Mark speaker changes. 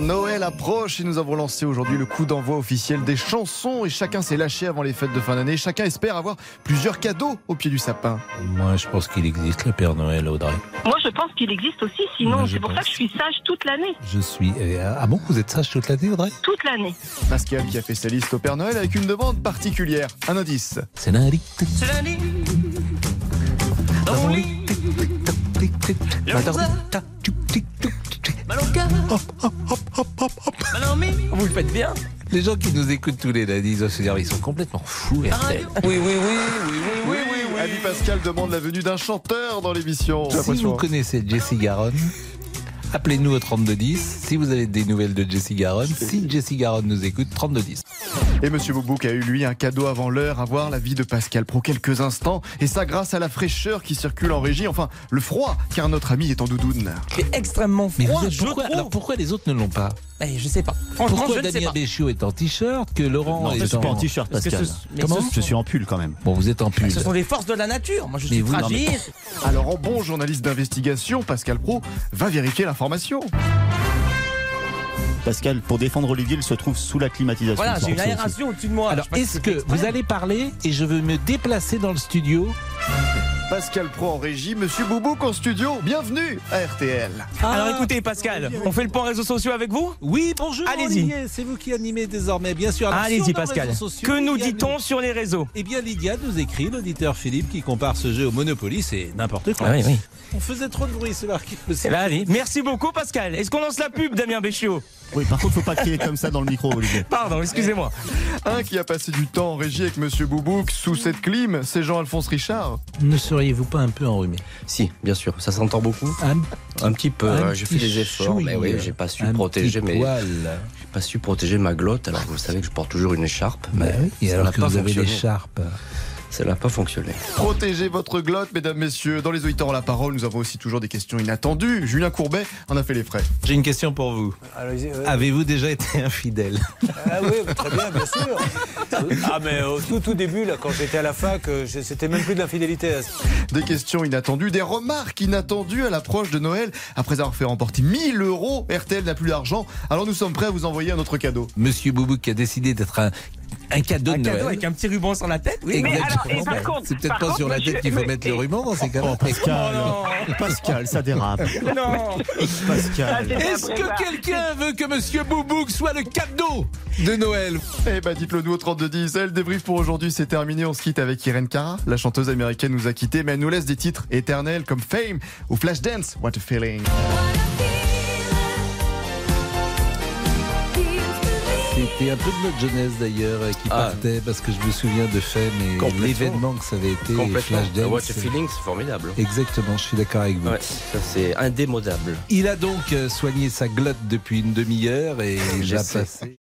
Speaker 1: Noël approche et nous avons lancé aujourd'hui le coup d'envoi officiel des chansons et chacun s'est lâché avant les fêtes de fin d'année. Chacun espère avoir plusieurs cadeaux au pied du sapin.
Speaker 2: Moi, je pense qu'il existe le Père Noël, Audrey.
Speaker 3: Moi, je pense qu'il existe aussi,
Speaker 2: Moi,
Speaker 3: sinon,
Speaker 2: je
Speaker 3: c'est pour ça
Speaker 2: pense.
Speaker 3: que je suis sage toute l'année.
Speaker 2: Je suis. euh, ah bon, vous êtes sage toute l'année, Audrey
Speaker 3: Toute l'année.
Speaker 1: Pascal qui a fait sa liste au Père Noël avec une demande particulière. Un indice.
Speaker 2: C'est lundi.
Speaker 4: C'est la nuit dans mon lit, mal au cœur, mal en mine,
Speaker 2: Vous le faites bien Les gens qui nous écoutent tous les lundis ils doivent se dire ils sont complètement fous,
Speaker 4: la radio.
Speaker 2: RTL.
Speaker 4: Oui, oui, oui, oui,
Speaker 1: Oui, oui, oui. Ami Pascal demande la venue d'un chanteur dans l'émission. J'ai
Speaker 2: Si
Speaker 1: l'impression,
Speaker 2: vous
Speaker 1: hein.
Speaker 2: connaissez Jessie Garonne, appelez-nous au 3210. Si vous avez des nouvelles de Jessie Garonne, si Jessie Garonne nous écoute, 3210.
Speaker 1: Et Monsieur Boubouk a eu lui un cadeau avant l'heure à voir la vie de Pascal Pro quelques instants et ça grâce à la fraîcheur qui circule en régie, enfin le froid car notre ami est en doudoune.
Speaker 5: fait extrêmement
Speaker 2: Mais
Speaker 5: froid,
Speaker 2: vous êtes-
Speaker 5: je
Speaker 2: pourquoi, alors
Speaker 5: trouve.
Speaker 2: pourquoi les autres ne l'ont pas
Speaker 5: Eh, je sais pas. Franchement,
Speaker 2: Pourquoi
Speaker 5: je ne sais
Speaker 2: Damien
Speaker 5: pas.
Speaker 2: Béchiot est en t-shirt, que Laurent
Speaker 6: Non,
Speaker 2: est
Speaker 6: je suis
Speaker 2: en...
Speaker 6: pas en t-shirt,
Speaker 5: Parce que
Speaker 6: Pascal.
Speaker 5: ce- mais
Speaker 2: Comment
Speaker 5: ce sont-
Speaker 6: Je suis en pull quand même.
Speaker 2: Bon, vous êtes en pull.
Speaker 5: Ce sont les forces de la nature. Moi, je
Speaker 2: Mais
Speaker 5: suis
Speaker 2: vous- non, mais-
Speaker 5: fragile.
Speaker 1: Alors en bon journaliste d'investigation, Pascal Pro va vérifier l'information.
Speaker 6: Pascal, pour défendre Olivier, il se trouve sous la climatisation.
Speaker 5: Voilà, j'ai une
Speaker 6: Ça aussi.
Speaker 5: aération au-dessus de moi.
Speaker 2: Alors,
Speaker 5: Je sais pas si
Speaker 2: est-ce
Speaker 5: c'est
Speaker 2: que
Speaker 5: exprès.
Speaker 2: vous allez parler et je veux me déplacer dans le studio
Speaker 1: Pascal Pro en régie, Monsieur Boubouk en studio, bienvenue à RTL.
Speaker 5: Alors, écoutez, Pascal, on fait le point réseaux sociaux avec vous
Speaker 2: Oui, bonjour.
Speaker 5: Allez-y.
Speaker 2: Olivier, C'est vous qui animez désormais, bien sûr. Alors, sur
Speaker 5: Allez-y,
Speaker 2: nos
Speaker 5: Pascal.
Speaker 2: réseaux sociaux,
Speaker 5: Que nous
Speaker 2: Lydia
Speaker 5: dit-on sur les réseaux
Speaker 2: Eh bien, Lydia nous écrit, l'auditeur Philippe, qui compare ce jeu au Monopoly, c'est n'importe quoi.
Speaker 5: Ah oui, oui.
Speaker 2: On faisait trop de bruit, c'est marqué.
Speaker 5: Eh ben, allez. Merci beaucoup, Pascal. Est-ce qu'on lance la pub, Damien Béchiot
Speaker 6: Oui, par contre, faut pas crier comme ça dans le micro, Olivier.
Speaker 5: Pardon, excusez-moi.
Speaker 1: Un qui a passé du temps en régie avec Monsieur Boubouk sous cette clim, c'est Jean-Alphonse Richard.
Speaker 2: Ne seriez-vous pas un peu enrhumé
Speaker 7: Si, bien sûr, ça s'entend beaucoup.
Speaker 2: un,
Speaker 7: Un petit peu,
Speaker 2: un
Speaker 7: hein, j'ai fait
Speaker 2: petit
Speaker 7: des efforts, mais
Speaker 2: chouille,
Speaker 7: oui, j'ai pas su
Speaker 2: un
Speaker 7: protéger,
Speaker 2: petit
Speaker 7: mais
Speaker 2: poil.
Speaker 7: j'ai pas su protéger ma glotte. Alors vous savez que je porte toujours une écharpe, mais
Speaker 2: Bah oui, et
Speaker 7: ça
Speaker 2: alors
Speaker 7: n'a
Speaker 2: que
Speaker 7: pas
Speaker 2: vous avez
Speaker 7: fonctionné.
Speaker 2: l'écharpe.
Speaker 7: Ça n'a pas fonctionné.
Speaker 1: Protégez votre glotte, mesdames, messieurs. Dans les auditeurs à la parole, nous avons aussi toujours des questions inattendues. Julien Courbet en a fait les frais.
Speaker 2: J'ai une question pour vous. Avez-vous déjà été infidèle
Speaker 8: euh, Ah oui, bah, très bien, bien sûr. Ah mais
Speaker 3: oh.
Speaker 8: au tout, tout début, là, quand j'étais à la fac, euh, je- c'était même plus de l'infidélité. là.
Speaker 1: Des questions inattendues, des remarques inattendues à l'approche de Noël. Après avoir fait remporter 1000 euros, RTL n'a plus d'argent. Alors nous sommes prêts à vous envoyer un autre cadeau.
Speaker 2: Monsieur Boubou qui a décidé d'être un, un cadeau
Speaker 5: Un
Speaker 2: de Noël.
Speaker 5: cadeau avec un petit ruban sur la tête
Speaker 2: Exactement.
Speaker 3: Mais alors, et par contre,
Speaker 2: c'est peut-être
Speaker 3: par
Speaker 2: pas
Speaker 3: contre,
Speaker 2: sur la tête
Speaker 3: monsieur-
Speaker 2: qu'il faut
Speaker 3: mais-
Speaker 2: mettre le ruban dans ces
Speaker 5: Oh,
Speaker 2: cas-là.
Speaker 6: Pascal,
Speaker 5: Non,
Speaker 6: Pascal, ça dérape.
Speaker 5: non.
Speaker 3: Ah,
Speaker 6: Pascal.
Speaker 2: Est-ce
Speaker 3: bah,
Speaker 2: que quelqu'un veut que Monsieur Boubouk soit le cadeau de Noël
Speaker 1: Eh ben, dites-le nous au 3210. Le débrief pour aujourd'hui, c'est terminé. On se quitte avec Irene Cara. La chanteuse américaine nous a quittés, mais elle nous laisse des titres éternels comme Fame ou Flashdance. What a feeling.
Speaker 2: C'était un peu de notre jeunesse d'ailleurs euh, qui
Speaker 7: Ah.
Speaker 2: partait parce que je me souviens de fait mais
Speaker 7: Complètement.
Speaker 2: l'événement que ça avait été et
Speaker 7: Complètement.
Speaker 2: Flashdance. euh,
Speaker 7: What a feeling, c'est formidable.
Speaker 2: Exactement, je suis d'accord avec vous.
Speaker 7: Ouais, ça c'est indémodable.
Speaker 2: Il a donc euh, soigné sa glotte depuis une demi-heure et il a
Speaker 7: J'essaie.
Speaker 2: passé